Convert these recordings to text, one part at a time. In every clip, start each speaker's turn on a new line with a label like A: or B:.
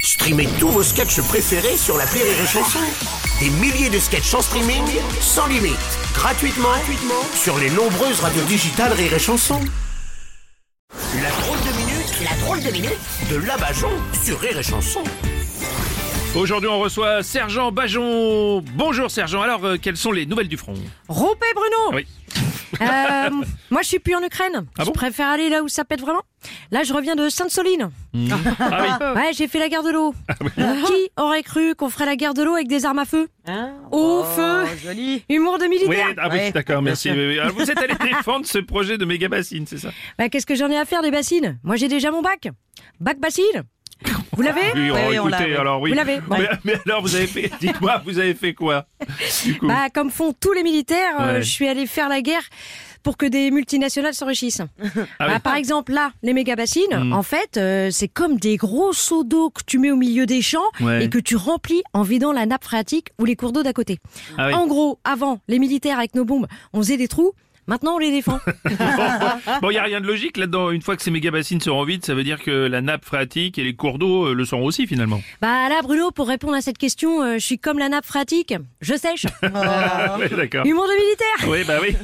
A: Streamez tous vos sketchs préférés sur la Rire et Chanson. Des milliers de sketchs en streaming, sans limite, gratuitement, gratuitement sur les nombreuses radios digitales Rire et Chanson. La drôle de minute, la drôle de minute de Labajon sur Rire et Chanson.
B: Aujourd'hui, on reçoit Sergent Bajon. Bonjour Sergent. Alors, euh, quelles sont les nouvelles du front
C: Rompez Bruno
B: Oui.
C: Euh, Moi je suis plus en Ukraine.
B: Ah
C: je
B: bon
C: préfère aller là où ça pète vraiment. Là je reviens de Sainte-Soline.
B: Ah oui.
C: Ouais, j'ai fait la guerre de l'eau.
B: Ah
C: Euh, Qui aurait cru qu'on ferait la guerre de l'eau avec des armes à feu Au feu
D: Joli.
C: Humour de
B: Oui,
C: militaire
B: ah oui,
D: Ouais.
B: d'accord, merci. Oui, oui. Alors, vous êtes allé défendre ce projet de méga bassine, c'est ça
C: Bah, Qu'est-ce que j'en ai à faire des bassines Moi j'ai déjà mon bac. Bac bassine Vous l'avez
B: Oui, on
D: Oui, oui, on
B: écoutez,
D: l'a, oui.
B: alors oui.
C: Vous l'avez,
B: mais,
C: ouais.
B: mais alors, vous avez fait, dites-moi, vous avez fait quoi Du coup,
C: Bah, comme font tous les militaires, euh,
B: Ouais.
C: je suis allé faire la guerre pour que des multinationales s'enrichissent.
B: Ah
C: Bah,
B: oui.
C: Par exemple, là, les méga bassines,
B: Mm.
C: en fait, euh, c'est comme des gros seaux d'eau que tu mets au milieu des champs
B: Ouais.
C: et que tu remplis en vidant la nappe phréatique ou les cours d'eau d'à côté.
B: Ah oui.
C: En gros, avant, les militaires avec nos bombes, on faisait des trous. Maintenant, on les défend.
B: bon, il n'y a rien de logique là-dedans. Une fois que ces méga bassines seront vides, ça veut dire que la nappe phréatique et les cours d'eau euh, le seront aussi finalement.
C: bah là, Bruno, pour répondre à cette question, euh, je suis comme la nappe phréatique. Je sèche.
B: Ah, oui, d'accord.
C: Humour de militaire.
B: Oui, bah oui.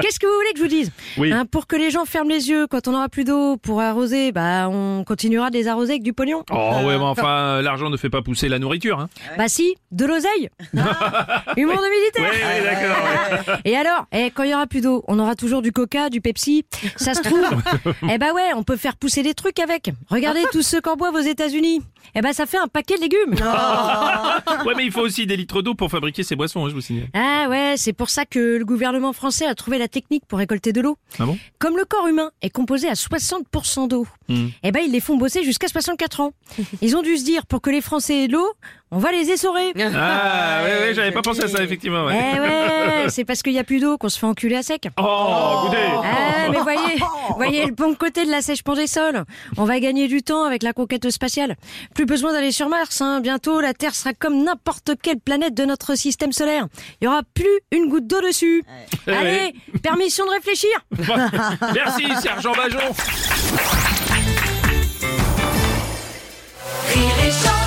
C: Qu'est-ce que vous voulez que je vous dise
B: Oui.
C: Hein, Pour que les gens ferment les yeux quand on n'aura plus d'eau pour arroser, bah on continuera de les arroser avec du pognon.
B: Oh ouais, mais enfin, l'argent ne fait pas pousser la nourriture. Hein.
C: Bah si, de l'oseille. Humour de
B: Oui,
C: militaire.
B: Ah oui, d'accord. oui.
C: Et alors, eh, quand il y aura plus d'eau, on aura toujours du coca, du Pepsi. Ça se trouve. eh bah ouais, on peut faire pousser des trucs avec. Regardez tous ceux qu'en boivent aux États-Unis. Eh bah ça fait un paquet de légumes.
B: Ouais, mais il faut aussi des litres d'eau pour fabriquer ces boissons, hein, je vous signale.
C: Ah ouais, c'est pour ça que le gouvernement français a trouvé la technique pour récolter de l'eau.
B: Ah bon
C: Comme le corps humain est composé à 60% d'eau,
B: Hmm.
C: eh ben ils les font bosser jusqu'à 64 ans. Ils ont dû se dire pour que les Français aient de l'eau, on va les essorer.
B: Ah, ouais, ouais, j'avais pas pensé à ça, effectivement.
C: Eh
B: Ouais.
C: ouais, c'est parce qu'il n'y a plus d'eau qu'on se fait enculer à sec.
B: Oh, goûtez
C: Ah, mais voyez, voyez le bon côté de l'assèchement des sols. On va gagner du temps avec la conquête spatiale. Plus besoin d'aller sur Mars. Hein. Bientôt, la Terre sera comme n'importe quelle planète de notre système solaire. Il y aura plus une goutte d'eau dessus.
B: Ouais.
C: Allez, permission de réfléchir.
B: Merci, Sergent Bajon
E: Rire et chanson